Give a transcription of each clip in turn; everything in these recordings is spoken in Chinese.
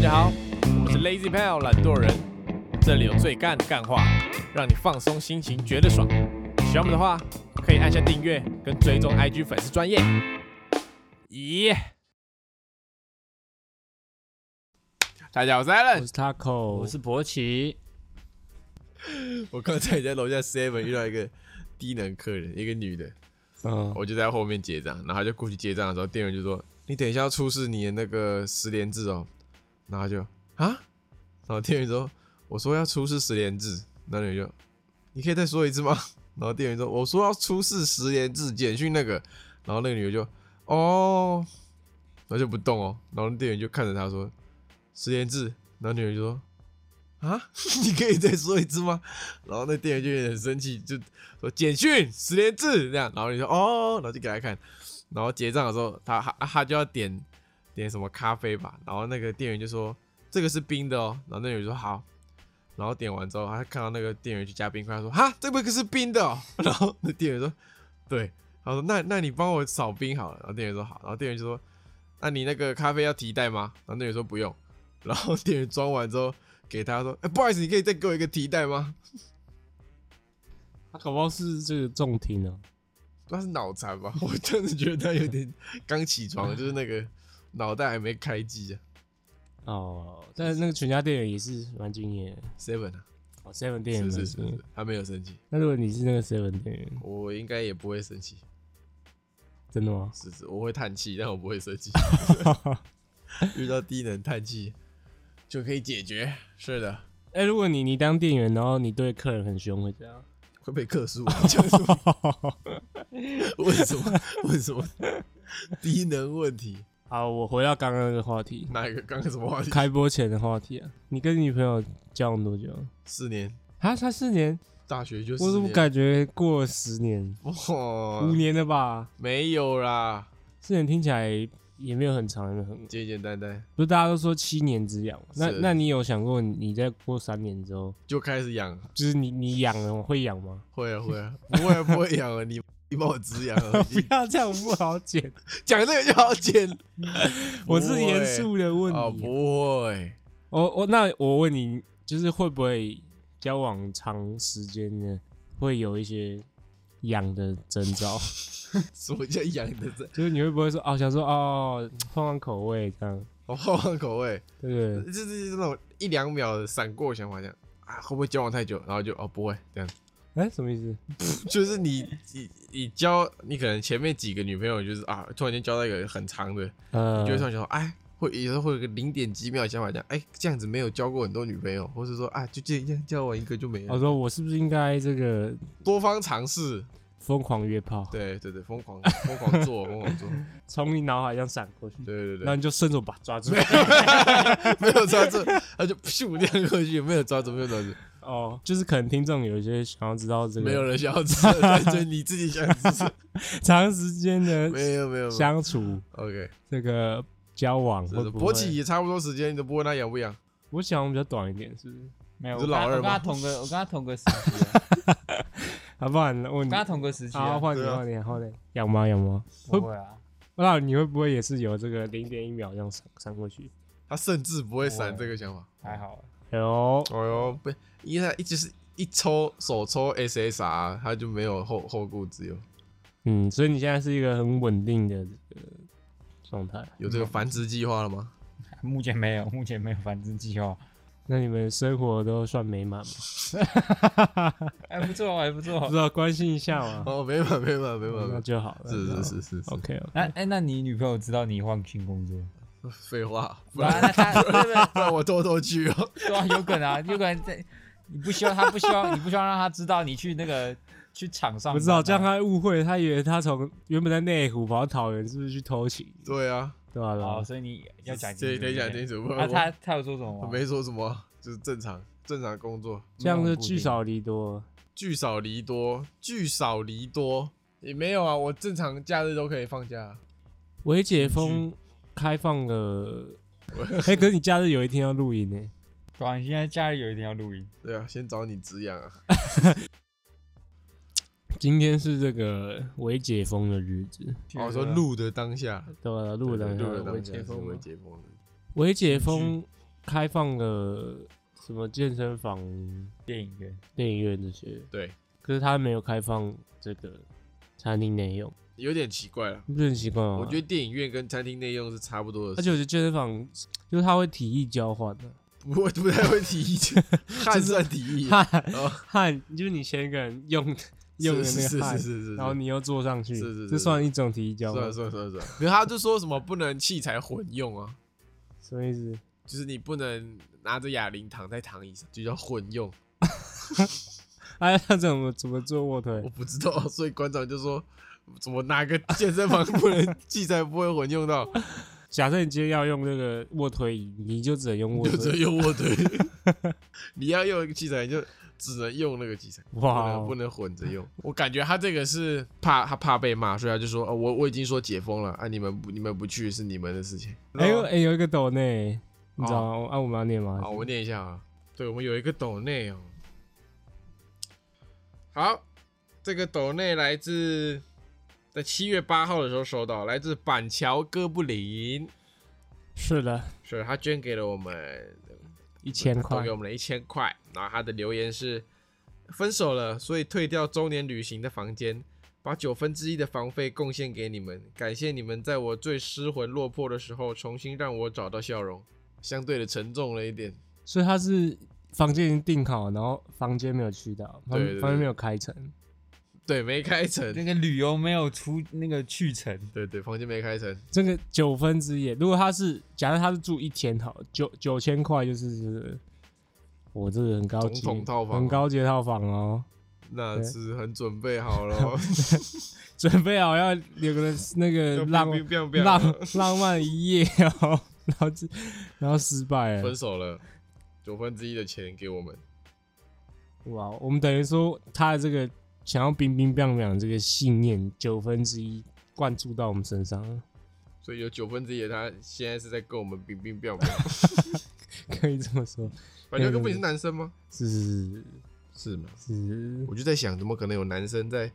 家好，我是 Lazy Pal 懒惰人，这里有最干的干话，让你放松心情，觉得爽。喜欢我们的话，可以按下订阅跟追踪 IG 粉丝专业。咦、大家好，我是 Alan 我。是 Taco，我是博奇。我刚才在楼下 Seven 遇到一个低能客人，一个女的，嗯，我就在后面结账，然后她就过去结账的时候，店员就说：“你等一下要出示你的那个十连制哦。”然后她就啊，然后店员说：“我说要出示十连制。”那女的就：“你可以再说一次吗？”然后店员说：“我说要出示十连制，简讯那个。”然后那个女的就：“哦。”然后就不动哦，然后店员就看着她说：“十连制。”然后女人就说：“啊， 你可以再说一次吗？”然后那店员就有点生气，就说简讯十连制这样，然后你说哦，然后就给他看，然后结账的时候，他他他就要点点什么咖啡吧，然后那个店员就说这个是冰的哦，然后那女人说好，然后点完之后，他看到那个店员去加冰块，他说哈，这个是冰的、哦， 然后那店员说对，他说那那你帮我扫冰好了，然后店员说好，然后店员就说那你那个咖啡要提袋吗？然后那女人说不用，然后店员装完之后给他说，哎、不好意思，你可以再给我一个提袋吗？他搞不好是这个重听啊呢、他是脑残吧？ 我真的觉得他有点刚起哎床，就是那个脑袋还没开机啊。哦，但是那个全家店员也是蛮敬业的。 Seven 啊，哦，Seven 店员是是蛮是敬业是。，他没有生气，那如果你是那个 Seven 店员，我应该也不会生气，真的吗？是是，我会叹气，但我不会生 气。哎、遇到低能叹气就可以解决，是的，哎如果你你当店员，然后你对客人很凶，会这 样？会被克数啊。 讲什么？为什么？为什么？低能问题？好，我回到刚刚那个话题，哪一个？刚刚什么话题？开播前的话题啊。你跟女朋友交往多久？四年，啊，才四年，大学就我四怎么年。感觉过了十年，哇五，年了吧？没有啦，四年听起来也没有很长，也没有很简简单单不是大家都说七年之痒吗？那是那你有想过你在过三年之后，就开始养。就是你你痒了会 痒吗？会啊会啊，不会啊不会痒啊，你你把我止痒 了，你要这样不好解，讲这个就好剪。 我是严肃的问哦，你。不会，我我那我问你，就是会不会交往长时间呢，会有一些痒的征 兆？什么叫痒的这？就是你会不会说哦，想说哦换换口味这样，我换换口味，对不对？这这这种一两秒的闪过想法，这样啊会不会交往太久？然后就哦不会这样，哎、什么意思？就是你你你交你可能前面几个女朋友就是啊，突然间交到一个很长的，呃就会突然想说哎。会有时候会有个零点几秒的想法，讲哎、这样子没有交过很多女朋友，或是说啊，就这样交往一个就没我了，说我是不是应该这个多方尝试，疯狂约炮，对对对，疯狂疯狂做，疯狂做，从你脑海上闪过去，对对然后对，你就伸手把它抓 住。没有抓住，他就咻这样过去，没有抓住，没有抓住，哦，就是可能听众有一些想要知道这个没有人想要吃，但是你自己想吃，长时间的没有没有没有相处， ，OK，这个交往是会的不勃起会？也差不多时间，你都不问他痒不痒，我想我们比较短一点，是不是？没有，你我是跟老他二我吗跟他同个，我跟他同个时期啊，啊，不然问我跟你，他同个时期啊好，换你对啊换你，然后嘞，养吗养吗？不会啊，不知道你会不会也是有这个零点一秒这样闪闪过去？他甚至不会闪不会这个想法。还好啊，哎呦，哎呦，不，因为他一直是一抽手抽 SSR，他就没有后后顾之忧，嗯，所以你现在是一个很稳定的这个状态。有这个繁殖计划了吗？目前没有，目前没有繁殖计划，那你们生活都算美满吗？还不错，还不不错知。道关心一下嘛，哦，没满没满没满，没那满就好了。是是是是是， OK OK。那哎，那你女朋友知道你换新工作？废话，不对啊，然那她对不对不然我偷偷去哦。 对啊，有可能啊，有可能在你不希望她不希望你不希望让她知道你去那个去场上班不啊，知道，这样他误会，他以为他从原本在内湖跑到桃园，是不是去偷情？对啊，对吧、对吧哦，所以你要讲清对，楚，得讲对清楚，不不对然啊，我她她有说什么吗？没说什么啊，就是正常正常工作，这样就聚少离多。聚少离多，聚少离多也没有啊，我正常假日都可以放假啊、微解封开放 了，哎、可是你假日有一天要露营呢、对啊，你现在家里有一天要录音，对啊，先找你止痒啊，今天是这个微解封的日子，哦，我说录的当下，啊对吧、录对的对录的当微下解是封未嘛，解封的，微解封开放了什么健身房、电影院电影院这些，对，可是他没有开放这个餐厅内用，有点奇怪了。你不是很奇怪吗？我觉得电影院跟餐厅内用是差不多的而且事，我觉得健身房就是他会提议交换的、不会不太会提 意见，汗算提意，汗哦汗，就是你前一个人用的用的是是那个是汗，是是是，然后你又坐上去，是是是这算一种提议交算换了，算了算了算了，可是啊他就说什么不能器材混用啊，什么意思？就是你不能拿着哑铃躺在躺椅上，就叫混用。哎，他怎么怎么做卧推我？不知道，所以馆长就说，怎么哪个健身房不能器材不会混用到，假设你今天要用那个卧推椅，你就只能用卧就只推能。用卧推。 你要用一个器材，你就只能用那个器材，不哇能不能混着用。我感觉他这个是怕他怕被骂，所以他就说，哦，我我已经说解封了啊，你们不你们不去是你们的事情。哎呦哎，有一个抖内，你知道吗？啊，我们要念吗？啊哦好，我念一下啊。对，我们有一个抖内哦。好，这个抖内来自在七月八号的时候收到，来自板桥哥布林，是的，是他捐给了我们一千投块给。我们了一千块。然后他的留言是：分手了，所以退掉周年旅行的房间，把九分之一的房费贡献给你们，感谢你们在我最失魂落魄的时候，重新让我找到笑容。相对的沉重了一点，所以他是房间已经订好，然后房间没有去到，房对对对房间没有开成。对，没开成。那个旅游没有出那个去程，对对，房间没开成，这个九分之一，如果他是假设他是住一天好，九九千块就是我这个很高级，总统套房很高级的套房哦，那对是很准备好 了，准备好要有个那个就浪不要不要浪浪漫一夜哦，然后这然后失败 了分，手了，九分之一的钱给我们，哇！我们等于说他的这个想要冰冰冰冰的这个信念九分之一灌注到我们身上了，所以有九分之一的他现在是在跟我们冰冰彪彪。 可以这么说，板桥哥不也是男生吗？是是嗯是吗？是是，我就在想，怎么可能有男生在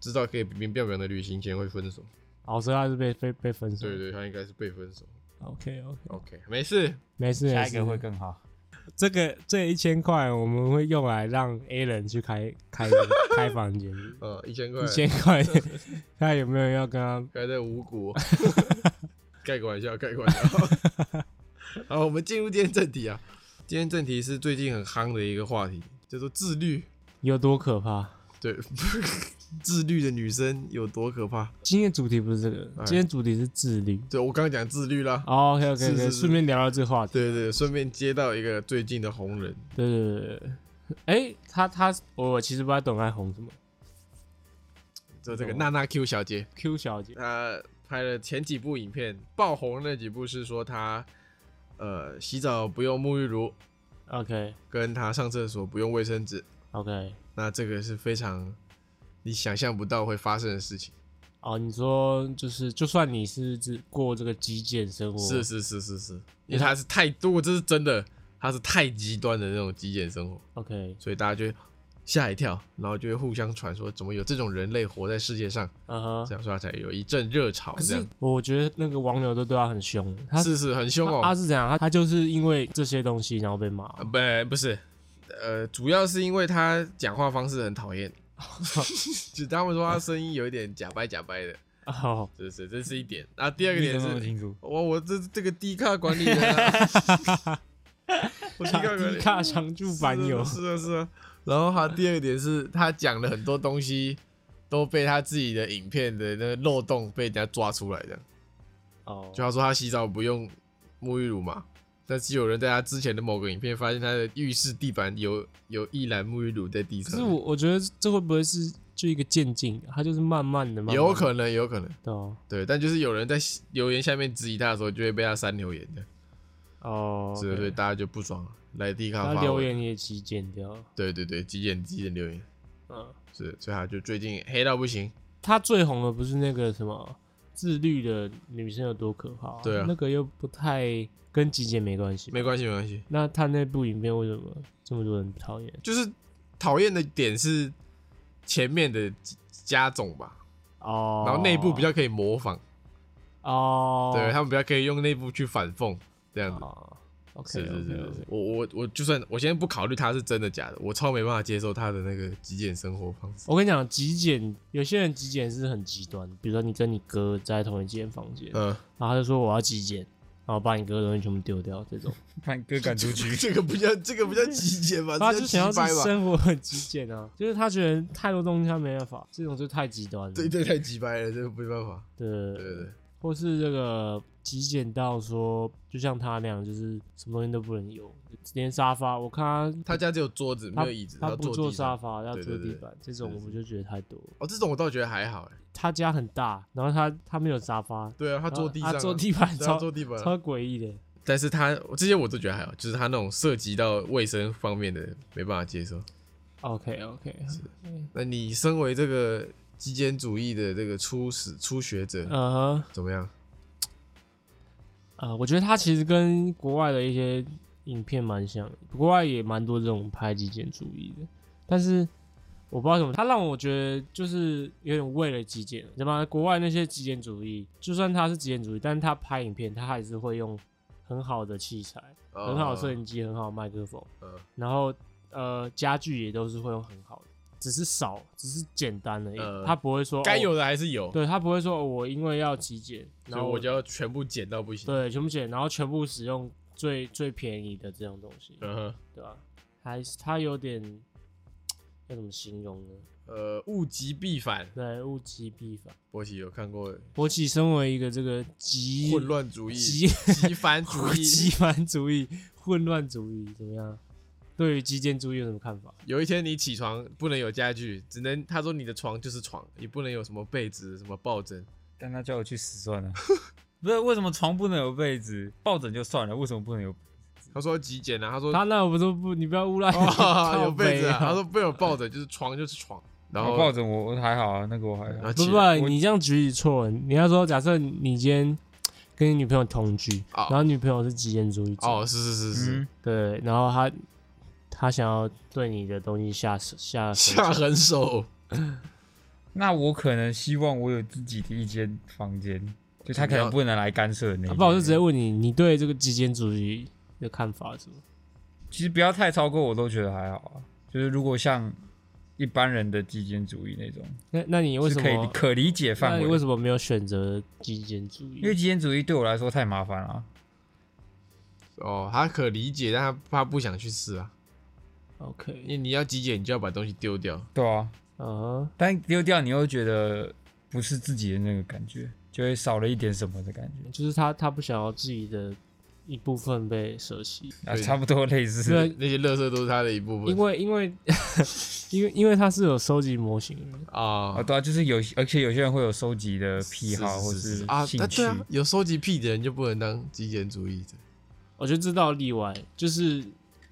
知道可以冰冰彪彪的旅行前会分手？哦，所以他是被被被分手对对，他应该是啊被分手。 ，OK OK， OK，没事，没事，下没一事个。会更好。这个这一千块我们会用来让 A 人去开 开开房间，一呃，一千块，千块， 看有没有人要跟他该在五谷， 盖个玩笑，盖个玩笑。 好，我们进入今天正题啊。今天正题是最近很夯的一个话题，叫做自律。有多可怕？对， 自律的女生有多可怕？今天主题不是这个，哎今天主题是自律。对我刚刚讲自律啦。哦 OK OK 是是 OK，是顺便聊聊这个话题。对对，顺便接到一个最近的红人，对对对对对，哎，他他我我其实不太懂他红什么就这个娜娜 Q 小姐， Q 小姐，她拍了前几部影片爆红，那几部是说她呃洗澡不用沐浴乳， OK 跟她上厕所不用卫生纸。 OK，那这个是非常你想象不到会发生的事情。哦，你说就是就算你是自过这个极简生活，是是是是是，因为他是太，如果这是真的，他是太极端的那种极简生活， OK，所以大家就会吓一跳，然后就会互相传说怎么有这种人类活在世界上，嗯哼这。样说他才有一阵热潮。可这是样我觉得那个网友都对他很凶，他是是很凶他哦，是怎样？他他就是因为这些东西然后被骂。呃不不是。呃，主要是因为他讲话方式很讨厌，就他们说他声音有一点假掰假掰的，哦，这是这是一点。然后第二个你点怎么是那么，清 楚？我我这这个低卡管理员、啊， 我低卡管理迪卡常驻版友是啊是啊是啊。然后他第二点是他讲了很多东西都被他自己的影片的那个漏洞被人家抓出来的，哦就他说他洗澡不用沐浴乳嘛。但是有人在他之前的某个影片发现他的浴室地板有有一篮沐浴乳在地可是上，我我觉得这会不会是就一个渐进？他就是慢慢的，慢慢地有可能有可能对哦对，但就是有人在留言下面质疑他的时候，就会被他删留言的，哦，所以所以大家就不爽了，来地卡他发留文言也极简掉。对对对，极简极简留言嗯，是，所以他就最近黑到不行，他最红的不是那个什么自律的女生有多可怕、对啊那个又不太跟极简没关系。没关系没关系，那他那部影片为什么这么多人讨厌？就是讨厌的点是前面的加总吧，哦，然后内部比较可以模仿，哦，对他们比较可以用内部去反讽这样子，哦 OK，是是是 OK，OK 是，我我我就算我现在不考虑他是真的假的，我超没办法接受他的那个极简生活方式。我跟你讲，极简有些人极简是很极端，比如说你跟你哥在同一间房间， 嗯，然后他就说我要极简，然后把你哥的东西全部丢掉，这种把你哥赶出去。这个不叫这个不叫极简 吧？他这叫就想要鸡掰是吧？生活很极简啊，就是他觉得太多东西他没办法，这种就太极端了。对对，太鸡掰了，这个没办法。对对，对对，或是这个极简到说，就像他那样，就是什么东西都不能有，连沙发，我看他他家只有桌子没有椅子，他要不坐坐地沙上。发，要对坐对地对板，这种是我就觉得太多。哦，这种我倒觉得还好哎。他家很大，然后他他没有沙发，对啊，他他坐地上他啊，坐地板对啊超坐地板啊。超诡异的。但是他这些我都觉得还好，就是他那种涉及到卫生方面的没办法接受。 OK OK，那你身为这个极简主义的这个初始初学者，呃怎么样？呃，我觉得他其实跟国外的一些影片蛮像的，国外也蛮多这种拍极简主义的，但是我不知道为什么，他让我觉得就是有点为了极简，对吧？国外那些极简主义，就算他是极简主义，但是他拍影片，他还是会用很好的器材、哦很好的摄以影机、很好的麦克风，嗯然后呃家具也都是会用很好的，只是少，只是简单而已，呃他不会说该哦有的还是有，对他不会说、哦我因为要极简，所然以后我就要全部减到不行。对全部减，然后全部使用最最便宜的这种东西，嗯哼，对吧、还是他有点要怎么形容呢？呃，物极必反。对，物极必反。波奇有看过博奇身为一个这个极混乱主义、极极反主 极义。反主义、混乱主义怎么样？对于极简主义有什么看法？有一天你起床不能有家具，只能他说你的床就是床，你不能有什么被子、什么抱枕。但他叫我去 死算了。不是为什么床不能有被子，抱枕就算了，为什么不能有？他说极简啊，他说他那我不是不，你不要诬赖我、哦有 靠被子北啊，啊！他说不能有抱枕，就是床就是床。然后我哦抱枕我我还好啊，那个我还然好后。不起不来，不，你这样举例错了。你要说，假设你今天跟你女朋友同居，哦然后女朋友是极简主义者，哦，是是是是， 嗯，对，然后她她想要对你的东西下手下手下狠手。那我可能希望我有自己的一间房间，就他你可要能不能来干涉那一啊间。不，我就直接问你，你对这个极简主义的看法是什么？其实不要太超过，我都觉得还好啊。就是如果像一般人的极简主义那种，那那你为是什可以么？可理解那范你围。为什么没有选择极简主因为义？极简主义对我来说太麻烦了啊。哦，他可理解，但他他不想去试啊。因 OK，为你要极简，你就要把东西丢掉。对啊，啊，但丢掉你又觉得不是自己的那个感觉，就会少了一点什么的感觉就是他他不想要自己的一部分被舍弃，啊，对差不多类似。对那些垃圾都是他的一部分。因为因为 因为因为他是有收集模型的。啊啊，，对啊，就是有，而且有些人会有收集的癖好或是是啊，那兴趣对，啊，有收集癖的人就不能当极简主义者。我觉得这道例外，就是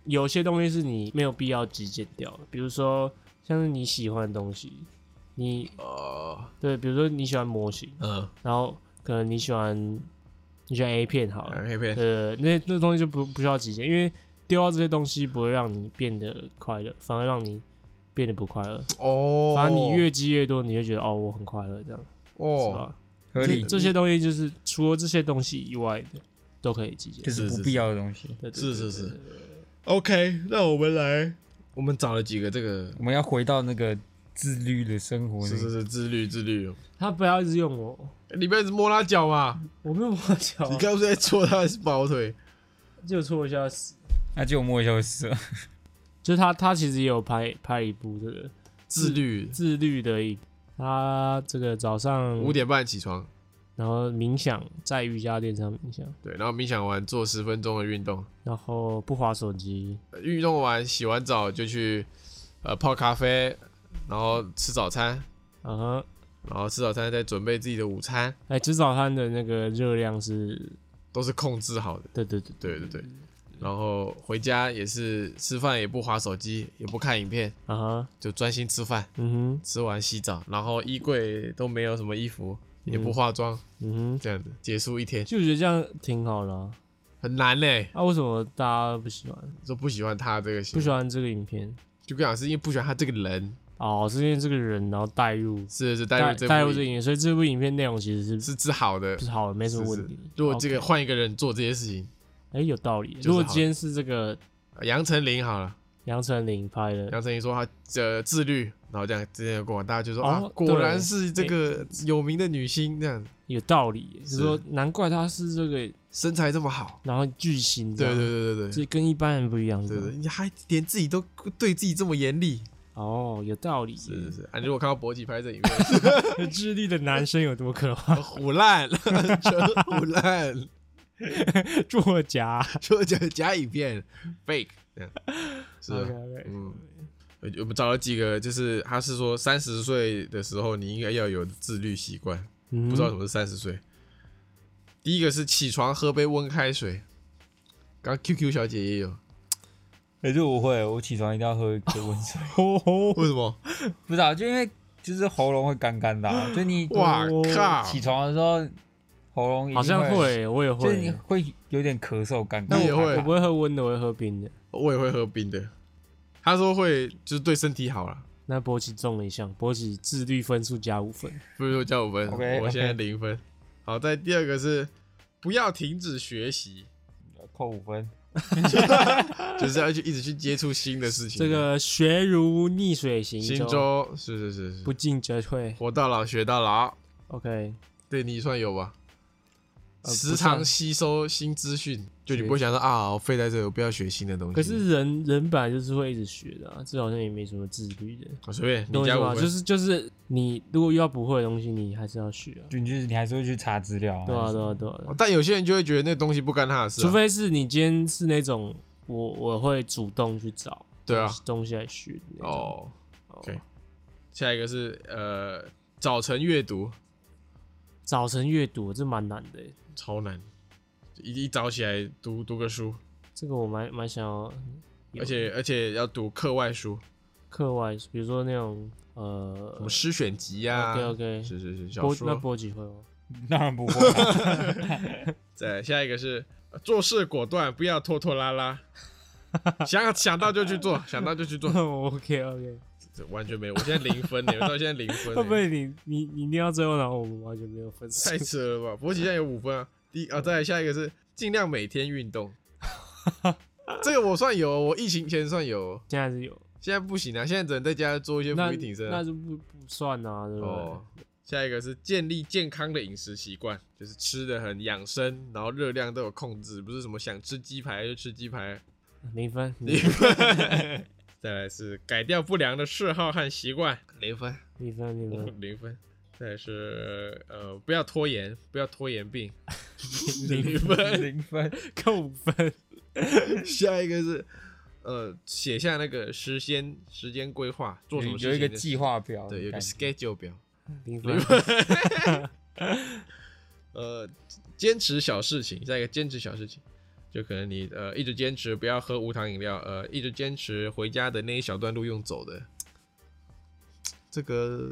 有些东西是你没有必要极简掉的，比如说像是你喜欢的东西，你哦，对，比如说你喜欢模型，嗯，然后可能你喜欢你喜欢 A 片好了，黑哎片，对，那那东西就不不需要极简，因为丢掉这些东西不会让你变得快乐，反而让你变得不快乐。哦，反正你越积越多，你就觉得哦，我很快乐这样，是哦，吧？合这理这些东西就是除了这些东西以外的都可以极简就。是是不是必要的东西。对对是对是对是对对对 OK，那我们来，我们找了几个这个，我们要回到那个自律的生活是那是个。是，自律自律，哦他不要一直用我，你不要一直摸他脚嘛，我没有摸脚啊，你刚才在戳他的抱腿，就错一下死。那就摸一下会死了。就是他，他其实也有拍拍一部这个自律，自律的一，他这个早上五，点半起床，然后冥想，在瑜伽垫上冥想，对，然后冥想完做十分钟的运动，然后不划手机，运动完洗完澡就去呃泡咖啡，然后吃早餐，然后然后吃早餐再准备自己的午餐，哎，吃早餐的那个热量是，都是控制好的。对对对对对对，然后回家也是吃饭也不划手机，也不看影片，啊哈，就专心吃饭，嗯哼，吃完洗澡，然后衣柜都没有什么衣服，也不化妆，嗯哼，这样子结束一天就觉得这样挺好了啊。很难欸呢、啊，为什么大家不喜欢说不喜欢他这个行不为，喜欢这个影片？就跟你讲是因为不喜欢他这个人，哦，是因为这个人，然后带入是是带带入这带部入这个影影片，所以这部影片内容其实是是治好的不。是好的，没什么是问题。如果 OK 这个换一个人做这些事情，哎、有道理。就是如果好今天是这个杨丞琳好了，杨丞琳拍的，杨丞琳说他呃自律，然后这样之前有过，大家就说、哦啊，果对然是这个有名的女星，这样有道理，就是说难怪他是这个，身材这么好。然后巨星这对样，对对对对这跟一般人不一样。对是吧对，你还连自己都对自己这么严厉，哦，有道理。是是是。啊，你如果看到博吉拍这影片，智利的男生有多可怕？ 胡烂， 全胡烂，作家。说假假影片，fake，这样是 啊 OK，OK 嗯。呃我们找了几个，就是他是说三十岁的时候你应该要有自律习惯，嗯不知道什么是三十岁。第一个是起床喝杯温开水，刚刚 QQ 小姐也有，哎可是我会，我起床一定要喝一杯温水，为什么？ 不是啊，就因为就是喉咙会干干的、啊，就你哇哦靠！起床的时候喉咙一定好像会，会，我也就是你会。会有点咳嗽干那我干。也会我不会喝温的，我会喝冰的。我也会喝冰的。他说会，就是对身体好了。那博奇中了一项，博奇自律分数加五分。不如加五分 OK，我现在 OK 零分。好，在第二个是不要停止学习，扣五分。就是要去一直去接触新的事情。这个学如逆水行新舟，州是是是是不，进则退。活到老学到老， OK，对你算有吧？呃时不常算吸收新资讯，就你学不会想说啊，我废在这，我不要学新的东西。可是人人本来就是会一直学的、啊，这好像也没什么自律的。我啊随便懂你我意加思五吗？就分，是就是你如果遇到不会的东西，你还是要学嗯啊。就你就是你还是会去查资料、对啊，对啊，对啊。对啊但有些人就会觉得那东西不干他的事哦啊，除非是你今天是那种我我会主动去找对啊东西来学的那种。哦。哦 OK 下一个是呃，早晨阅读早晨阅读这蛮难的欸，超难，一一早起来读读个书，这个我蛮蛮想要有而且而且要读课外书，课外，比如说那种呃什么诗选集呀、 ，OK OK，是是是，小波那说。波几会吗？当然不会、啊。再下一个是呃做事果断，不要拖拖拉 拉，想想到就去做，想到就去做， OK OK，这完全没有。我现在零分呢，我到现在零分 会不呢，会你你你一定要最后拿我们完全没有分数太？扯了吧？博奇现在有五分啊。第啊，再来下一个是尽量每天运动， 这个我算有，我疫情前算有，现在是有，现在不行啊，现在只能在家做一些那伏地挺身啊。那就不不算啊，对不对哦？，下一个是建立健康的饮食习惯，就是吃的很养生，然后热量都有控制，不是什么想吃鸡排就吃鸡排。零分，零零分。 再来是改掉不良的嗜好和习惯，零分，零分，零 嗯分，零分。再来是呃，不要拖延，不要拖延 病， 零零分。零分，扣五分。下一个是呃，写下那个时间时间规划，做什么事情有一个的计，划表，对，有一个感觉 schedule 表。零分，呃，坚持小事情，下一个坚持小事情，就可能你呃一直坚持不要喝无糖饮料，呃一直坚持回家的那一小段路用走的，这个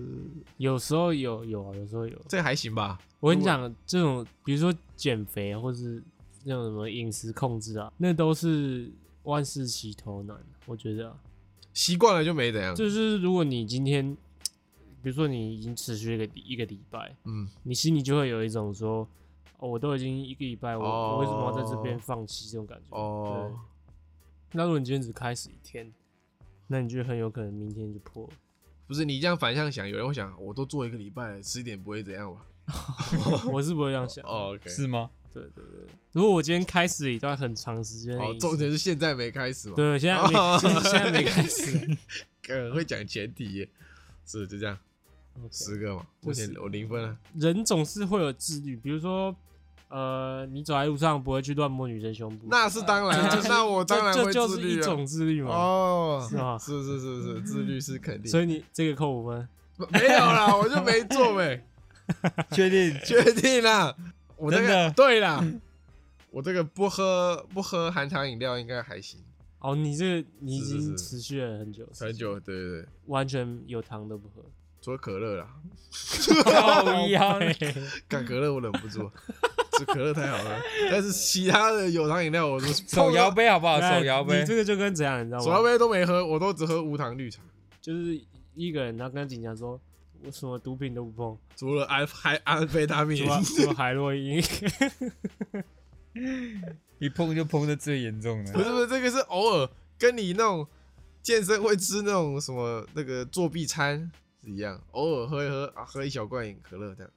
有时候有有啊，有时候有。这个还行吧？我跟你讲，这种比如说减肥啊或是那种什么饮食控制啊，那都是万事起头难。我觉得、啊，习惯了就没怎样。就是如果你今天，比如说你已经持续一个一个礼拜，嗯，你心里就会有一种说，哦、我都已经一个礼拜，我、我为什么要在这边哦放弃这种感觉？哦，对，那如果你今天只开始一天，那你就很有可能明天就破了。 不是你这样反向想，有人会想，我都做一个礼拜了，吃一点不会怎样吧？我是不会这样想。哦，OK，是 吗？对对对，如果我今天开始一段很长时间的哦饮，食，重点是现在没开始嘛， 对，现在没，现在没开始。呃，会讲前提耶，是就这样，十个嘛，目前就我零分啊了，人总是会有自律，比如说，呃，你走在路上不会去乱摸女生胸部，那是当然啊，那我当然这会这就自是一律啊。种自律嘛。哦，是吗是是是是，自律是肯定。所以你这个扣五分，不没有啦， 我就没做 呗，确定决定啦。我那真个的对啦，我这个不喝不喝含糖饮料应该还行，哦，你这个你已是是是经持续了很久，很久，对对对，完全有糖都不 喝，除了可乐啦，靠腰对干可乐我忍不住， 这可乐太好了。但是其他的有糖饮料我都 手摇，杯好不好？哎手摇杯你这，个就跟怎样，你知道手摇吗？杯都没喝，我都只喝无糖绿茶，就是一个人，然后跟警察说，我什么毒品都不碰，除了安还安非他命什。么什么海洛因，一碰就碰的最严重 不的。是不是，这个是偶尔跟你那种健身会吃那种什么那个作弊餐是一样，偶尔喝一喝啊，喝一小罐可乐这样。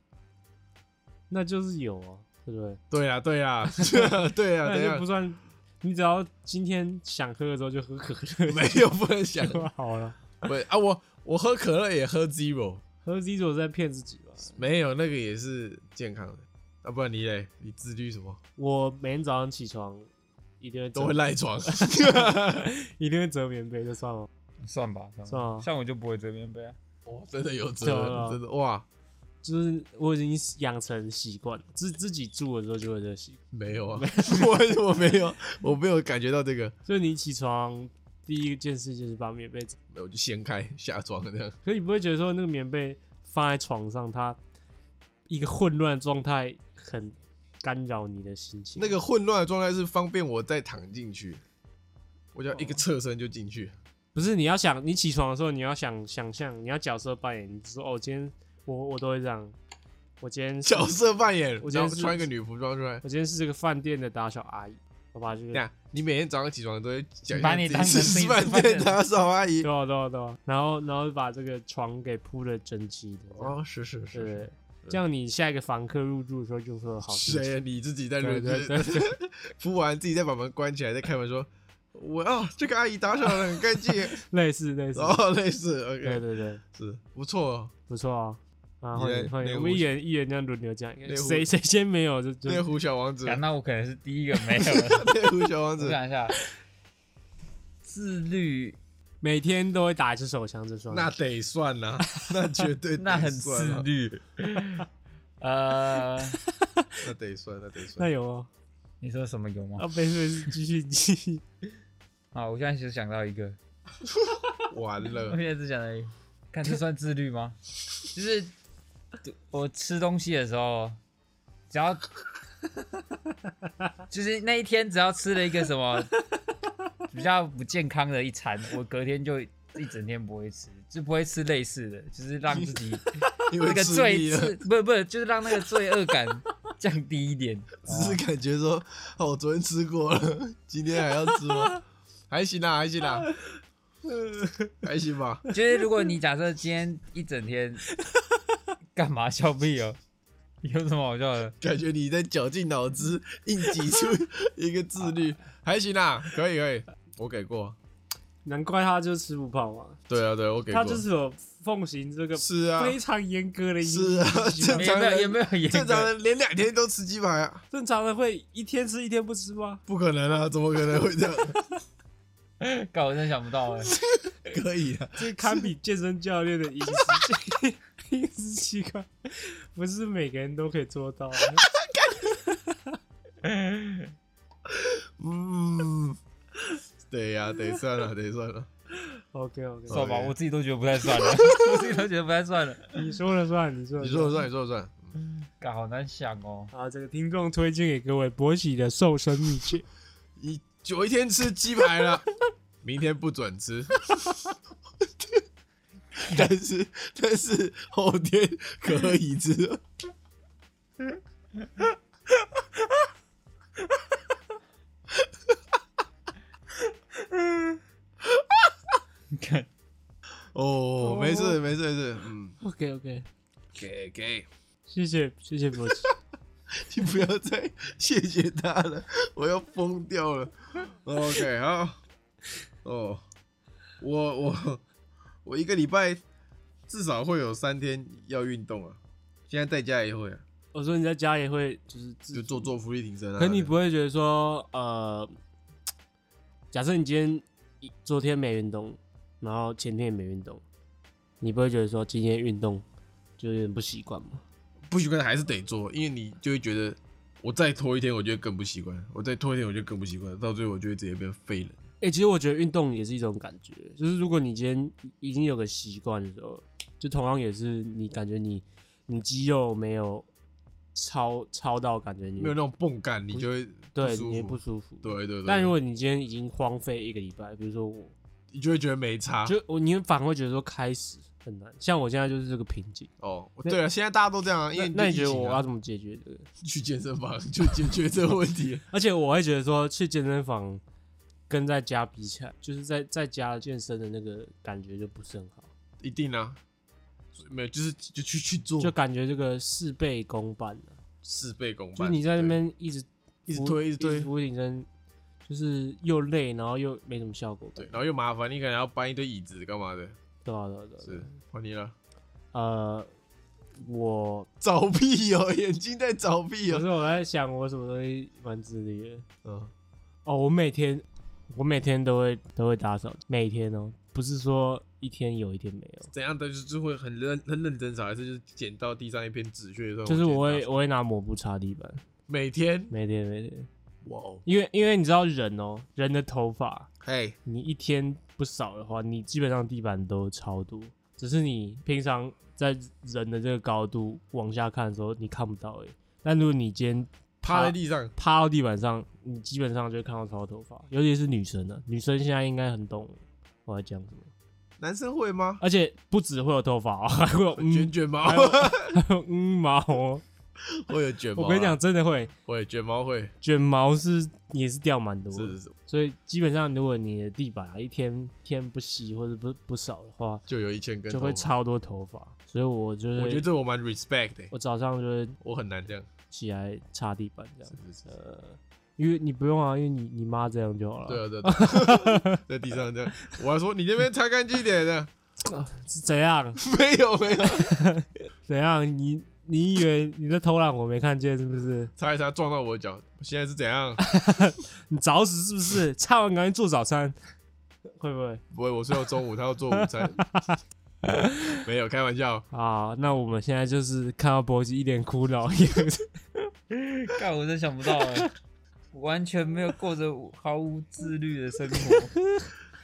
那就是有啊，对不对？对啊 对啊对啊，那等一就不下算，你只要今天想喝的时候就喝可乐，没有不能想， 就好了。不是啊，我我喝可乐也喝 zero，喝 Zero 是在骗自己吧？没有那个也是健康的。啊，不然你嘞，你自律什么我每天早上起床一定会折都会赖床， 一定会折棉被，就算了，算吧，算算吧。了。像我就不会这边背啊。 哦，真的有责对啊任，真的哇，就是我已经养成习惯，自自己住的时候就会这个习惯。没有啊， 我我没有，我没有感觉到这个，就是你起床第一件事就是把棉被，没有我就掀开下床这样。可你不会觉得说那个棉被放在床上，它一个混乱的状态很干扰你的心情。那个混乱的状态是方便我再躺进去，我只要一个侧身就进去。不是你要想，你起床的时候你要想想象，你要角色扮演，你就说哦，今天我我都会这样，我今天是角色扮演，我觉得然后是穿一个女服装出来。我今天是这个饭店的打扫阿姨，我把这这个样，你每天早上起床都会讲，把你当成是吃一饭次饭店店打扫阿姨对。啊对啊对啊，然后然后把这个床给铺的整齐的，哦，是是是对是，这样你下一个房客入住的时候就会有好心谁情。呀？你自己在对轮对对对， 敷完自己再把门关起来，再开门说：“我啊，这个阿姨打扫的很干净。类似类” 似，哦，类似对 OK，对对，是不错哦。不错啊。啊，你欢的迎欢内迎，我湖们一人一人这样轮流讲一个，内湖谁谁先没有就就猎狐小王子， 啊那我可能是第一个没有的。猎狐小王我 子，想一下，自律 每天都会打一次手枪，这算那得算 啦，那绝对那很啊得算自啦 律。呃，那得算，那得 那算。有哦，你说什么有吗啊，？没没事，继续继续。 啊，我现在只想到一个，完我了，现在只想到一个，看这算自律吗？就是我吃东西的时候，只 要就是那一天只要吃了一个什么比较不健康的一餐，我隔天就一整天不会吃，就不会吃类似的，就是让自己因那为个吃罪腻了，自不不就是让那个罪恶感降低一点。只是感觉说，哦，我昨天吃过了， 今天还要吃 吗？还行啦，还行啦，还行吧。就是如果你假设今天一整 天干嘛笑屁哦，有什么好笑的？感觉你在绞尽脑汁硬挤出一个自律， 还行啦，可以可以，我给过。难怪他就吃不胖嘛，对啊，对，我给过。他就是有奉行这个是啊，非常严格的饮是啊，食习正惯没常有没有人也没有严正常格，人连两天都吃鸡排啊，正常的会一天吃一天不吃吗？不可能啊，怎么可能会这样？ 搞我真想不到 哎、可以啊，这堪比健身教练的饮 食饮食习惯，不是每个人都可以做到啊 的。嗯，对呀、得算了，得算了。 OK OK，算吧， OK 我自己都觉得不太算了， 我自己都觉得不太算了，你说了算，你说了你说了算，你说了算。干好难想哦。好，这个听众推荐给各位博喜的瘦身秘诀，你有一天吃鸡排 了，明天不准吃。但是但是后天可以吃，你看，哦，没事没事没事，嗯， OK OK，给给，谢谢谢谢博喜， 你不要再谢谢他了，我要疯掉了。OK，好，哦，我我我一个礼拜至少会有三天要运动啊，现在在家也会啊，我说你在家也会就是自就做做浮力挺身啊。可你不会觉得说，呃，假设你今天一昨天没运动，然后前天也没运动，你不会觉得说今天运动就有点不习惯吗？不习惯还是得做，因为你就会觉得我再拖一天，我就会更不习惯；我再拖一天，我就更不习惯，到最后我就会直接变废人。哎、其实我觉得运动也是一种感觉，就是如果你今天已经有个习惯的时候，就同样也是你感觉你你肌肉没有超超到，感觉你没有那种泵感，你就会对舒你服。不舒服。对对对。但如果你今天已经荒废一个礼拜，比如说我，你就会觉得没差。就我你反而会觉得说开始很难，像我现在就是这个瓶颈。哦，对啊，现在大家都这样啊，因为那那你觉疫得情我啊要怎么解决这个？去健身房就解决这个问 题？啊而且我会觉得说，去健身房跟在家比起来，就是在在家健身的那个感觉就不是很好，一定啊，没有就是就去去做，就感觉这个事倍功半了、事倍功就半。是你在那对边一直一直俯推一直推，俯卧撑，就是又累，然后又没什么效果。对，对然后又麻烦，你可能要搬一堆椅子干嘛的？啊，对啊，对啊对是啊。换你了，呃，我找屁哦， 眼睛在找屁有时哦。候我在想，我什么东西蛮自律的。嗯，哦，我每天我每天都会都会打扫，每天哦，不是说一天有一天没有，怎样的就是就会很认很认真找，还是就是捡到地上一片纸屑的时候，就是我捡会到我会拿抹布擦地板，每天每天每天，哇哦，因为因为你知道人哦，人的头发嘿，你一天不扫的话，你基本上地板都超多，只是你平常在人的这个高度往下看的时候你看不到而已。但如果你今天趴在地上，趴到地板上，你基本上就会看到超多头发，尤其是女生啊，女生现在应该很懂我在讲什么。男生会吗？而且不止会有头发、哦，还会有卷嗯，卷毛 还，有还有 嗯毛、啊哦。会有卷毛。我跟你讲，，真的会会卷毛会，卷毛是也是掉蛮多的，是是是，所以基本上如果你的地板啊一天天不洗或者不不扫的话，就有一千根，就会。超多头发。所以我就是我觉得这我蛮 respect 的，我早上就会我很难这样。起来擦地板这样是，是是是呃，因为你不用啊，因为你你妈这样就好了。对啊对啊对啊， 在地上这样，我还说你那边擦干净一点的，是怎样？ 没有没有，怎样？你你以为你在偷懒我没看见是不是？擦一擦撞到我的脚，现在是怎样？你找死是不是？擦完赶紧做早餐，会不会？不会，我睡到中午，他要做午 餐，没有开玩笑，啊，那我们现在就是看到波吉一脸苦恼一样，干，我真想不到哎、我完全没有过着毫无自律的生活。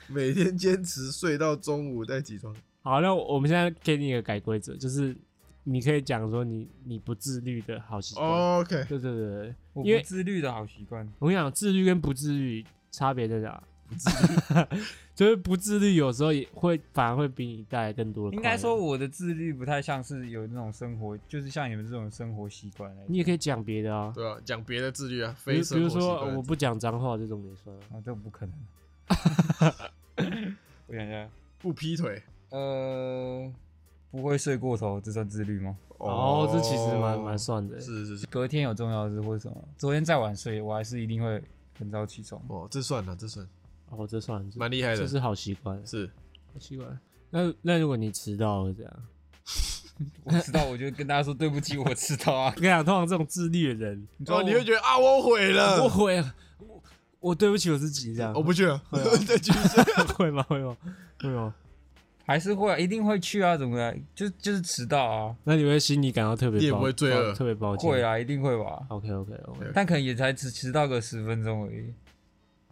每天坚持睡到中午再起床。好，那我们现在给你一个改规则，就是你可以讲说你你不自律的好习惯。哦 OK，对对对对，我因不为自律的好习惯，我跟你讲，自律跟不自律差别在 哪？就是不自律有时候也会反而会比你带来更多的。应该说，我的自律不太像是有那种生活，就是像你们这种生活习惯来。你也可以讲别的啊，对啊，讲别的自律啊，比非如比生如活习说惯我不讲脏话这种也算啊。啊，这不可能。 我想一下，不劈腿。呃，不会睡过头，这算自律吗？哦，这其实蛮蛮算的。是是是，隔天有重要的事或者什么，昨天再晚睡，我还是一定会很早起床。哦，这算了，这算哦，这算这蛮厉害这的，是好习惯，是好习惯。那那如果你迟到了这样？ 我迟到，我就跟大家说对不起，我迟到 啊我。跟你讲，通常这种自律的人，你哦，你会觉得啊，我毁我了，会，我我对不起我自己，这样我不去了， 再继续睡。 会吗？会吗？会 吗？还是会啊，一定会去啊，怎么的？就就是迟到啊，那你会心里感到特别抱，你也不会罪恶抱特别抱歉。会啊，一定会吧。 OK OK OK，但可能也才迟迟到个十分钟而已，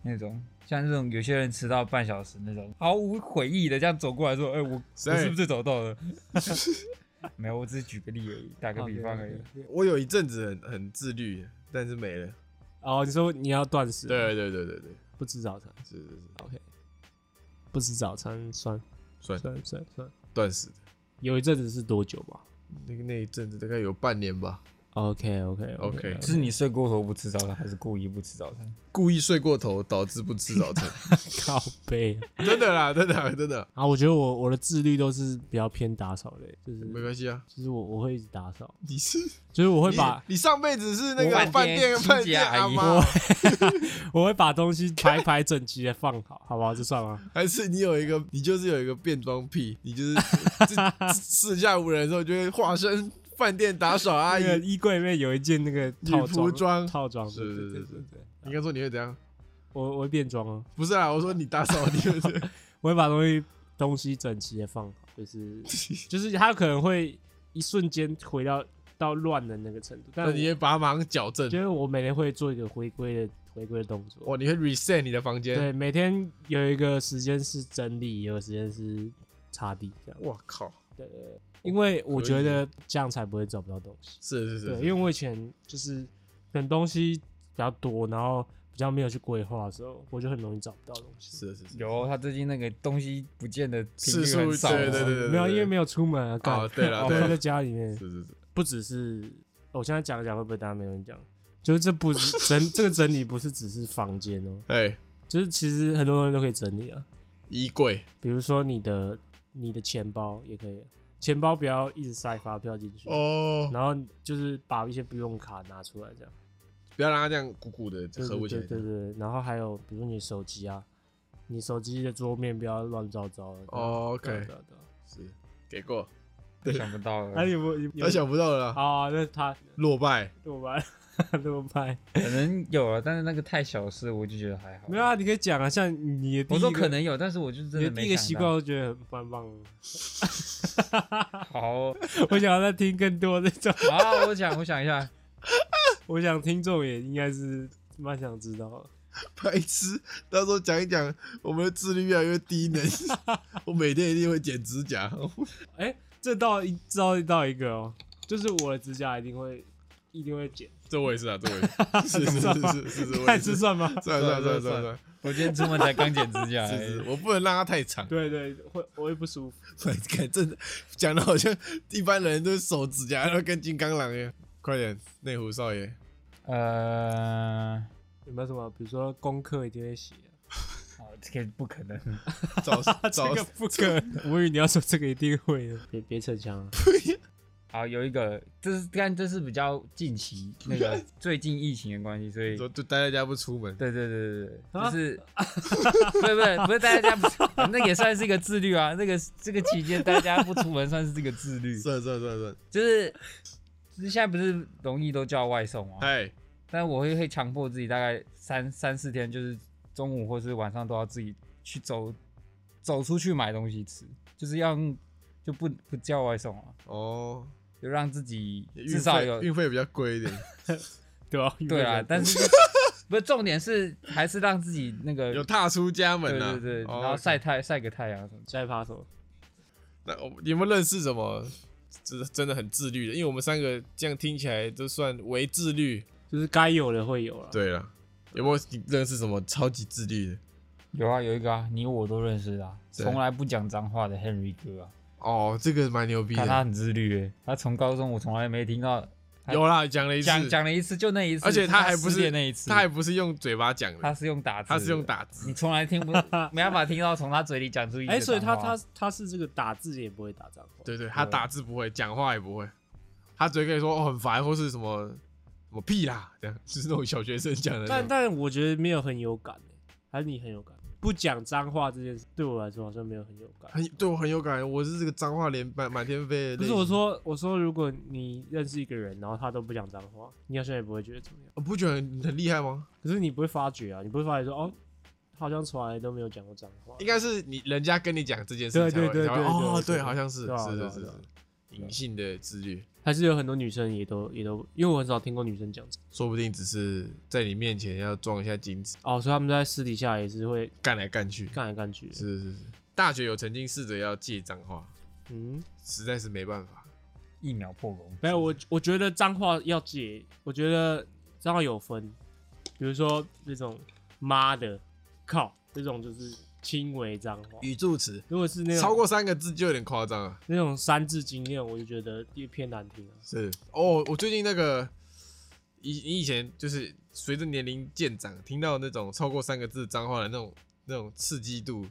那种像这种有些人迟到半小时那种，毫无悔意的这样走过来说：“哎、我我是谁不是最早到的？” 没有，我只是举个例而已，打个比方而已。我有一阵子很很自律，但是没了。哦，你说你要断食，，对对对对对，不吃早餐是是是， ，OK，不吃早餐算算算算算。断食的。有一阵子是多久吧那个那一阵子大概有半年吧， ？OK OK OK 是你睡过头不吃早餐，还是故意不吃早餐？故意睡过头导致不吃早餐，靠背 真的啦，真的啦真的，啊！我觉得我我的自律都是比较偏打扫类，就是没关系啊。就是我我会一直打扫，你是 就是我会你把你上辈子是那个我饭饭店店清洁饭店阿阿姨妈，哦我会把东西排排整齐的放好，好不好？这算吗？还是你有一个你就是有一个变装癖，你 就是自自四下无人的时候就会化身饭店打扫阿那姨。个衣柜里面有一件那个套女仆装装，套装，是对对是对是对对，应该说你会怎样？我我会变装啊，不是啊，我说你打扫你会怎样我会把东西东西整齐的放好，就是 就是它可能会一瞬间回到到乱的那个程度，但那我你也把它马上矫正觉。得我每天会做一个回归的回归的动作哇，，你会 reset 你的房间。对，每天有一个时间是整理，有个时间是擦地这样，我靠，因为我可以觉得这样才不会找不到东西。是是是对，是，因为我以前就是可能东西比较多，然后比较没有去规划的时候，我就很容易找不到东西。是的，是的是的。有他最近那个东西不见的频率次很数少，啊对对对对对没有，因为没有出门啊，干啊，对了， 我对都啦在家里面。是是是，不只是哦我现在讲讲，会不会大家没人讲？就是这不是整这个整理不是只是房间哦，哎，就是其实很多东西都可以整理啊。衣柜比如说你的你的钱包也可以，钱包不要一直塞发票进去，哦，然后就是把一些不用卡拿出来这样。不要让它这样鼓鼓的对合不起对来对。对对，然后还有比如你手机啊，你手机的桌面不要乱糟糟的。哦对啊 OK，对啊对啊是给过，想不到哎，了，有没有？他想不到了啦，啊，那他落败。 怎么办？ 怎么办？可能有了，但是那个太小事，我就觉得还好。没有啊，你可以讲啊，像你的第一我说个可能有，但是我就真你的的没第一个想习到惯，。我觉得很棒棒。好哦 我想要再听更多那种，啊，我想我想一下，我想听众也应该是蛮想知道的。白痴！到时候讲一讲，我们的智力越来越低 能。我每天一定会剪指甲， 哎、这到一知道到一个哦，就是我的指甲一定会一定会剪，这我也是啊，这我也 是，是是是是是，我也看是这。算吗？ 算了算了算了我今天出门才刚剪指甲哎算而了，是已，是，我不能让它太长。对对，会我会不舒服。对，看真的讲的好像一般人都手指甲都跟金刚狼一样。快点，内湖少爷，呃，有没有什么，比如说功课一定会写、好，这个不可能， 找找这个不可能。我以为你要说这个一定会的，别别逞强啊了。好，有一个，这是但这是比较近期那个最近疫情的关系，所以就就待在家不出门。对对对对对，啊就是不是不是不是大家不是，那个也算是一个自律啊。那个这个期间大家不出门算是这个自律，算了算了算了算了，就是就是现在不是容易都叫外送啊，哎，但我会会强迫自己大概三三四天，就是中午或是晚上都要自己去走走出去买东西吃，就是要用就不不叫外送啊，哦，就让自己运至少费有运费比较贵一 点。 对啊，对啊，但是 不是重点是还是让自己那个有踏出家门啊！对对对，哦然后晒太晒个太阳什么的。下一趴什么？那我有没有认识什么真真的很自律的？因为我们三个这样听起来都算为自律。就是该有的会有了。对了，有没有认识什么超级自律的？有啊，有一个啊，你我都认识的啊，对从来不讲脏话的 Henry 哥啊，哦，这个蛮牛逼看他的。很自律耶，他从高中我从来没听到他有啦，讲了一次，讲讲了一次就那一次，而且他还不失是恋那一次，他还不是用嘴巴讲的，他是用打字，他是用，打字你。从 来听不没办法听到从他嘴里讲出一句哎、所以他脏话他他是这个打字也不会打脏话。对对，他打字不会，讲话也不会，他只会跟你说哦很烦或是什么什么屁啦，这样就是那种小学生讲的那但种。但我觉得没有很有感、欸，还是你很有感。不讲脏话这件事对我来说好像没有很有 感。很对我很有感，我是这个脏话连满满天飞的类型。不是我说，我说如果你认识一个人，然后他都不讲脏话，你好像也不会觉得怎么样。我不觉得很很厉害吗？可是你不会发觉啊，你不会发觉说哦，他好像从来都没有讲过脏话。应该是你人家跟你讲这件事才对会，对对才会对对哦，对对，好像是对啊是对是啊是对是啊隐性的自律，还是有很多女生也都也都，因为我很少听过女生讲说不定只是在你面前要装一下矜持，哦，所以他们在私底下也是会干来干去。干来干去的。是是是，大学有曾经试着要戒脏话，嗯，实在是没办法。一秒破功，没有，我我觉得脏话要戒，我觉得脏话有分，比如说那种妈的、靠这种就是轻微脏话。语助词如果是那种超过三个字就有点夸张啊了。那种三字经那种，我就觉得也偏难听啊。是哦，我最近那个以你以前就是随着年龄渐长，听到那种超过三个字脏话的那种那种刺激度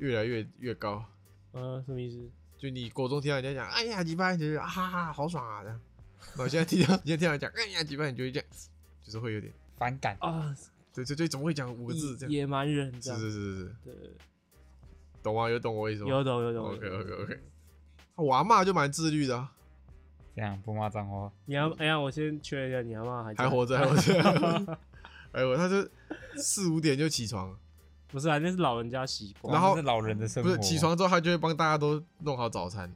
越来越越高。呃，什么意思？就你国中听到人家讲“哎呀鸡巴”，你就是啊哈哈好爽啊这样。我现在听到 你现在听到人讲“哎呀鸡巴”，你就会这样，就是会有点反感。啊，对对对，怎么会讲五个字这样？野蛮人这是样。是是是，对，懂啊吗？有懂我意思吗？有懂有懂。 OK OK OK，我阿妈就蛮自律的啊、这样不骂脏话，你要哎呀，我先确认一下，你阿妈还在还？活着还活着。哎呦，她就四五点就起床，不是啊，那是老人家习惯。然后哇这是老人的生不活，是起，床之后，她就会帮大家都弄好早餐，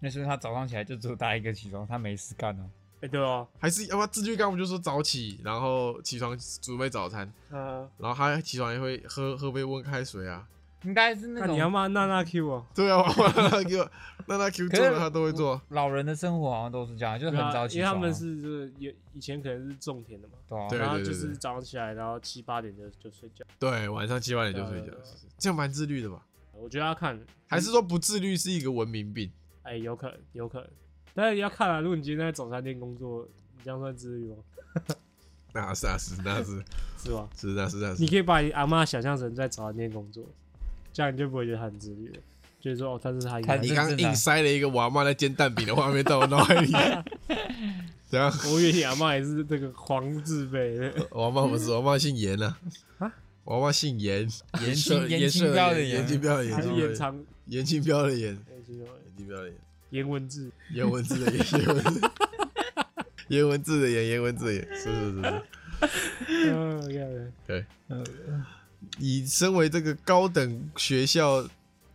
那是因为他早上起来就只有他一个起床，他没事干哦。哎，对哦，还是要不然自律干我们就说早起，然后起床准备早餐，嗯，然后她起床也会喝喝杯温开水啊，应该是那那你要种骂娜娜 Q 啊？对啊，我让他 Q，让他 Q 可做是了他都会做，老人的生活好像都是这样，就是对很啊早因起为床啊。他们是就是有以前可能是种田的嘛，对啊对然后对就对是对早上起来，然后七八点就就睡觉。对，晚上七八点就睡觉呃对啊对啊，是这样蛮自律的吧？我觉得要看，还是说不自律是一个文明病？哎、有可能，有可能，但是要看啊。如果你今天在早餐店工作，你这样算自律吗？那是那是那是是吧？是那是那是，你可以把你阿妈想象成在早餐店工作，这样你就不会觉得她很自律了。就是说，哦，但是她应该她你是刚正常硬塞了一个我阿妈在煎蛋饼的画面到我脑海 里，啊怎样？ 我以为你阿妈也是这个黄字辈的，我阿妈不是，我阿妈姓严啊啊。我阿妈姓严，严色清严严色清标的严，严严金标的还严，是金标延的长严金标的严，哎这种严金标的严，颜文字，颜文字的颜，颜文字，颜文字的颜，颜文字的颜，是是是是。嗯，这样的对，嗯你身为这个高等学校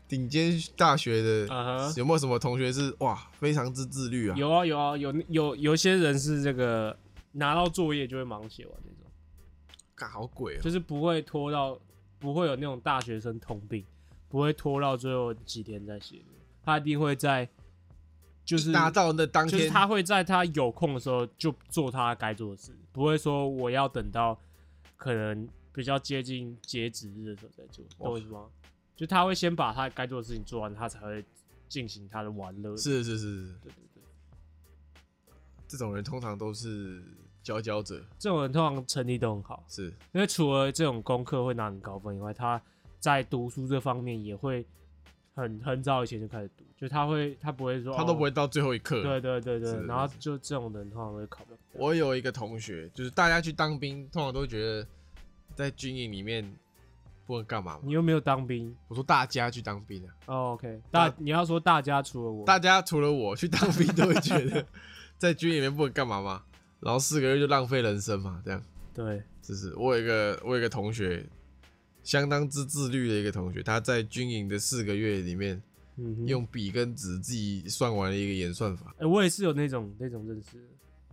顶尖大学的，啊哈，有没有什么同学是哇非常之自律 啊？有啊有啊有有有些人是这个拿到作业就会忙写完那种，干，好鬼哦！就是不会拖到，不会有那种大学生通病，不会拖到最后几天再写，他一定会在，就是达到那当就是天，他会在他有空的时候就做他该做的事，不会说我要等到可能比较接近截止日的时候再做，懂我意思吗？就他会先把他该做的事情做完，他才会进行他的玩乐。，是是是是，对对对，这种人通常都是佼佼者，这种人通常成绩都很好，是因为除了这种功课会拿很高分以外，他在读书这方面也会很很早以前就开始读，就他会他不会说他都不。哦会到最后一刻。对对是对对，的然后是的就这种人通常会考不了。我有一个同学，就是大家去当兵，通常都觉得在军营里面不能干嘛嘛你。又没有当兵，我说大家去当兵啊，哦、OK，大大你要说大家除了我，大家除了我去当兵都会觉得在军里面不能干嘛嘛，然后四个月就浪费人生嘛，这样。对，就是我有一个我有一个同学，相当之自律的一个同学，他在军营的四个月里面，嗯哼，用笔跟纸自己算完了一个演算法，哎、我也是有那种那种认识的，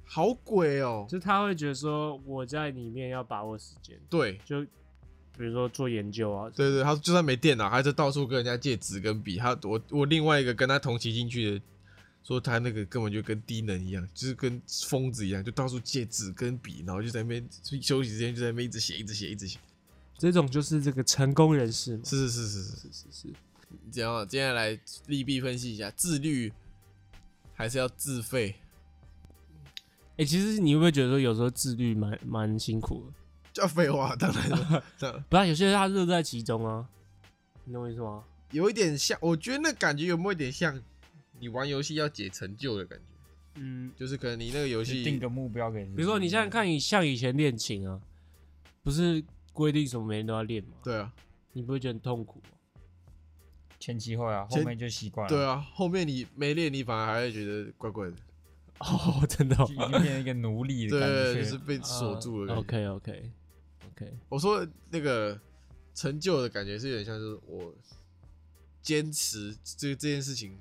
好鬼哦、就是他会觉得说我在里面要把握时间，对就比如说做研究啊，对对，他就算没电脑，他就到处跟人家借纸跟笔。他我我另外一个跟他同期进去的，说他那个根本就跟低能一样，就是跟疯子一样，就到处借纸跟笔，然后就在那边休息时间就在那边一直写，一直写，一直写。这种就是这个成功人士嘛，是是是是是。是是是，这样，接下来利弊分析一下，自律还是要自费？哎、其实你会不会觉得说有时候自律蛮蛮辛苦的？叫废话，当然 了，这样不然有些人他乐在其中啊，你懂我意思吗？有一点像，我觉得那感觉有没有一点像你玩游戏要解成就的感觉？嗯，就是可能你那个游就戏定个目标给你。比如说你想想看，你像以前练琴啊，不是规定什么每天都要练吗？对啊，你不会觉得很痛苦吗？前期会啊，后前面就习惯了。对啊，后面你没练，你反而还会觉得怪怪的， 哦，真的、哦就已经变成一个奴隶的感对，觉，就是被锁住了。嗯 OK OK OK，我说那个成就的感觉是有点像，是我坚持这这件事情，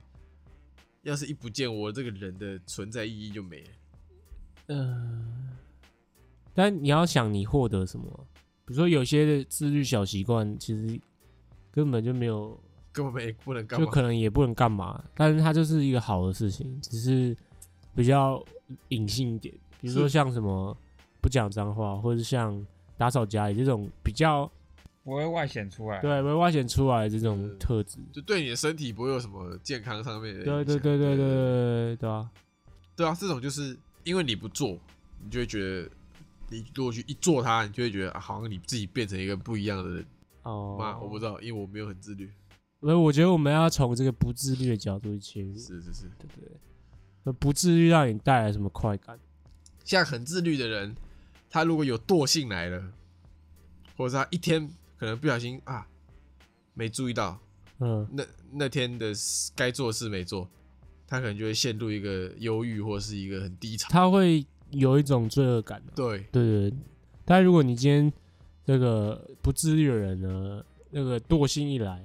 要是一不见，我这个人的存在意义就没了。嗯，但你要想你获得什么，啊比如说有些的自律小习惯，其实根本就没有，根本没不能干就嘛。可能也不能干嘛，但是它就是一个好的事情，只是比较隐性一点，比如说是像什么不讲脏话，或者像打扫家里这种比较不会外显出来。对没外显出来的这是种特质。就对你的身体不会有什么健康上面的影响。对对对对对对对啊！对啊！这种就是因为你不做，你就会觉得你如果去一做它，你就会觉得、啊好像你自己变成一个不一样的人。妈、我哦不，知道，因为我没有很自律。所以我觉得我们要从这个不自律的角度去切入。是是是，对不对？ 那不至于让你带来什么快感。像很自律的人，他如果有惰性来了，或者是他一天可能不小心啊没注意到，嗯，那那天的该做的事没做，他可能就会陷入一个忧郁或是一个很低潮。他会有一种罪恶感的、对，对对对。但如果你今天这个不自律的人呢，那个惰性一来，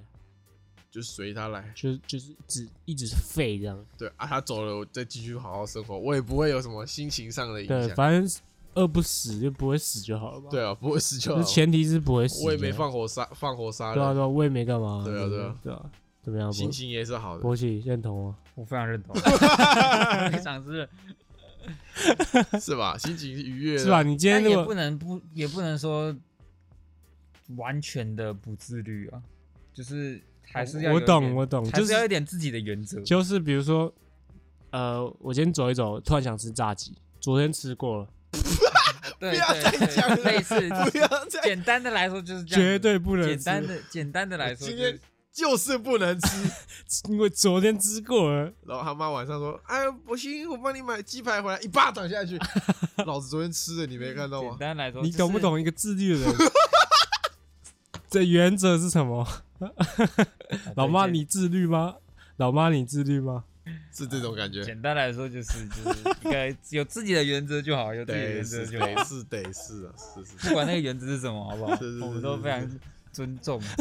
就随他来。就就是一直一直废这样。对啊，他走了，我再继续好好生活，我也不会有什么心情上的影对，响。反正饿不死就不会死就好了吧？对啊，不会死就就好是。前提是不会死。啊我也没。放火杀，放火杀对啊人，对啊，我也没干嘛。对啊不对啊对啊，怎么样？心博情也是好的。博喜认同啊？我非 常认同， 非常是，是吧？心情愉悦的是吧？？你今天但如也果不能不也不能说完全的不自律啊，就是还是要哦我有一懂点我懂，还就是是要一点自己的原则。就是比如说，呃，我今天走一走，突然想吃炸鸡，昨天吃过了，对不要对再对讲了类 似， 不要再简单的来说就是这样子，绝对不能简单吃，的简单的来说、今就天是，就是不能吃。因为昨天吃过了。然后他妈晚上说：“哎，不行，我帮你买鸡排回来，一巴掌下去。老子昨天吃的，你没看到简吗？单来说，啊你懂不？懂一个自律的人的原则是什么？老妈，对你自律吗？老妈，你自律吗？是这种感觉简。简单来说就是就是一个有自己的原则就好，有自己的得原是则就好得，是得是啊，是是不管那个原则是什么，好不好是是？我是们都是非是常尊重。是。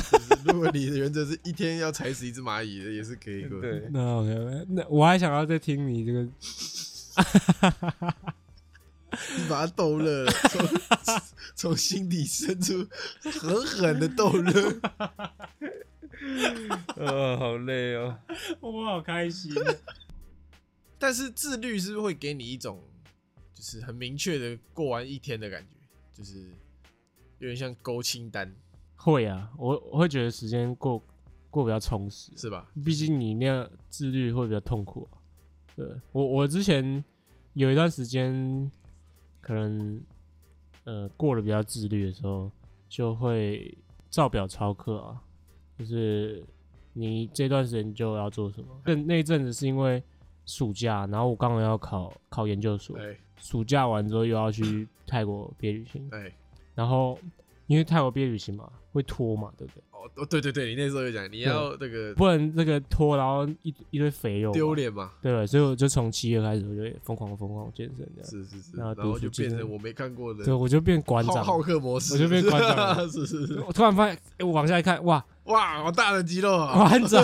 如果你的原则是一天要踩死一只蚂蚁，也是可以的。对，那 OK，那我还想要再听你这个，你把它逗乐了，从从心底深处狠狠的逗乐。呃，好累哦。 我好开心。但是自律是会给你一种就是很明确的过完一天的感觉，就是有点像勾清单， 会啊，我我会觉得时间过过比较充实，是吧？毕竟你那样自律会比较痛苦、啊。对我，我之前有一段时间，可能呃过得比较自律的时候，就会照表操课啊，就是你这段时间就要做什么。那那一阵子是因为暑假，然后我刚好要考考研究所，哎暑假完之后又要去泰国毕业旅行，哎，然后因为泰国毕业旅行嘛会拖嘛，对不对？哦哦，对对对，你那时候有讲你要那个不啊能那个拖，然后一一堆肥肉嘛丢脸嘛，对，所以我就从七月开始，我就疯狂疯狂健身这样。是是是，然后然后读书就变精成神我没看过的对，我就变馆浩长。浩克模式，我就变馆长了 是是是，我突然发现，哎我往下一看，哇，哇，好大的肌肉啊！馆 长。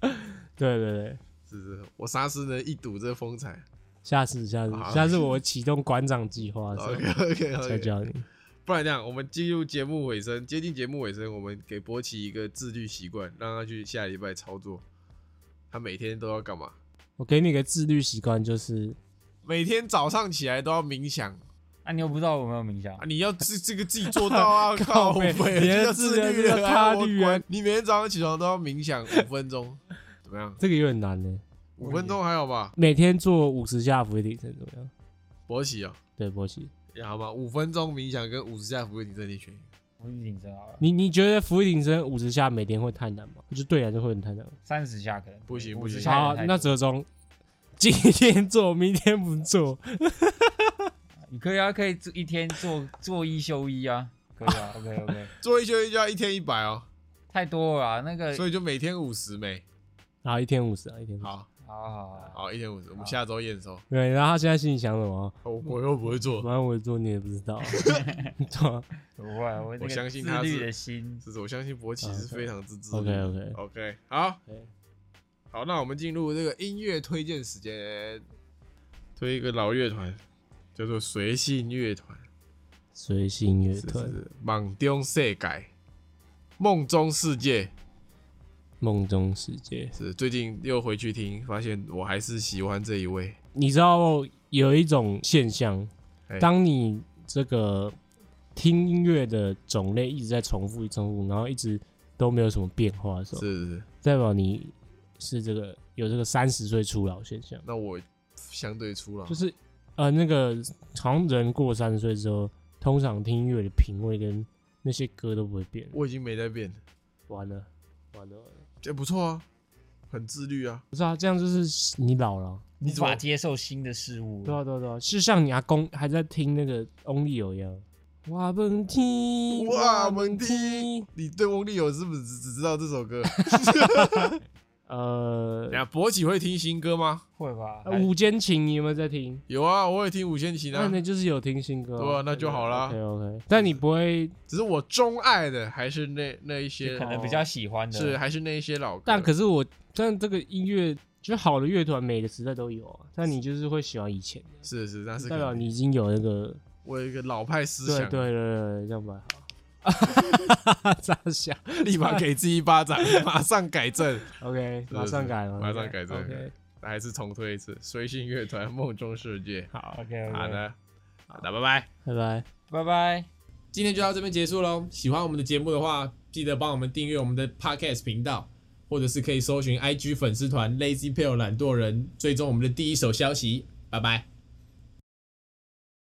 对对对，是是，我啥时能一睹这风采下次下次好下次我启动馆长计划的时？OK 候 OK 再 OK，教你。不然这样，我们进入节目尾声，接近节目尾声，我们给波奇一个自律习惯，让他去下礼拜操作。他每天都要干嘛？我给你个自律习惯，就是每天早上起来都要冥想啊，你又不知道我有没有冥想啊！，你要这这个自己做到啊！ 靠靠北，北你别人要自自然律就了，要啊他我律啊管你每天早上起床都要冥想五分钟，怎么样？这个有点难呢，五分钟还好吧？每天做五十下俯卧撑怎么样？勃起啊，对，波奇，也好吧？五分钟冥想跟五十下俯卧撑，你选一个我是挺身好了，你你觉得俯卧撑五十下每天会太难吗？就对你来说会很太难吗。三十下可能不行50不行下好有点，太那多折中，今天做，明天不做。你可以啊，可以做一天做做一休一啊，可以啊，OK OK，做一休一就要一天一百哦，太多了啊，那个所以就每天五十没。好，一天五十啊，一天五十。好好好好，好，一天五十，我们下周验收。对，然后他现在心里想什么？我我又不会做，反正我做你也不知 道啊，对啊不会，我那个相信自他律是的心，是是，我相信勃起是非常之自律的。 ？OK OK，好 OK，好，那我们进入这个音乐推荐时间，推一个老乐团，叫做随性乐团，随性乐是是团，是，梦中世界，梦中世界梦中世界。是最近又回去听，发现我还是喜欢这一位。你知道有一种现象哎，当你这个听音乐的种类一直在重复、一直重复，然后一直都没有什么变化的时候，是是是，代表你是这个有这个三十岁初老现象。那我相对出了，就是呃，那个好像人过三十岁之后，通常听音乐的品味跟那些歌都不会变。我已经没在变，完了，完了，完了！也不错啊，很自律啊。不是啊，这样就是你老了。你无怎么法接受新的事物对，啊，对啊，对啊，是像你阿公还在听那个 Only 有一样。我们听，我我们们听听。你对翁立友是不是只只知道这首 歌？呃等，下博起会听新歌吗？会吧？呃午间情你有没有在听？有啊，我也听五线琴那啊，那就是有听新歌、对啊，那就好啦 OK。OK，但你不会，只是我钟爱的还是那那一就些可，能哦比较喜欢的，是还是那一些老歌。但可是我，但这个音乐就好的乐团每个时代都有啊，但你就是会喜欢以前的，是是，那是可代表能你已经有那个我有一个老派思对想，对对对，这 样吧， 好，咋想立马给自己一巴掌，马上改正， ？OK，是马上改是了，马上改正 OK，还是重推一次，随性乐团梦中世界。好， OK，好，的，好的，拜拜。拜拜。拜拜。今天就到这边结束喽。喜欢我们的节目的话，记得帮我们订阅我们的 Podcast 频道，或者是可以搜寻 IG 粉丝团 Lazy p a l e 懒惰人，追踪我们的第一手消息。拜拜。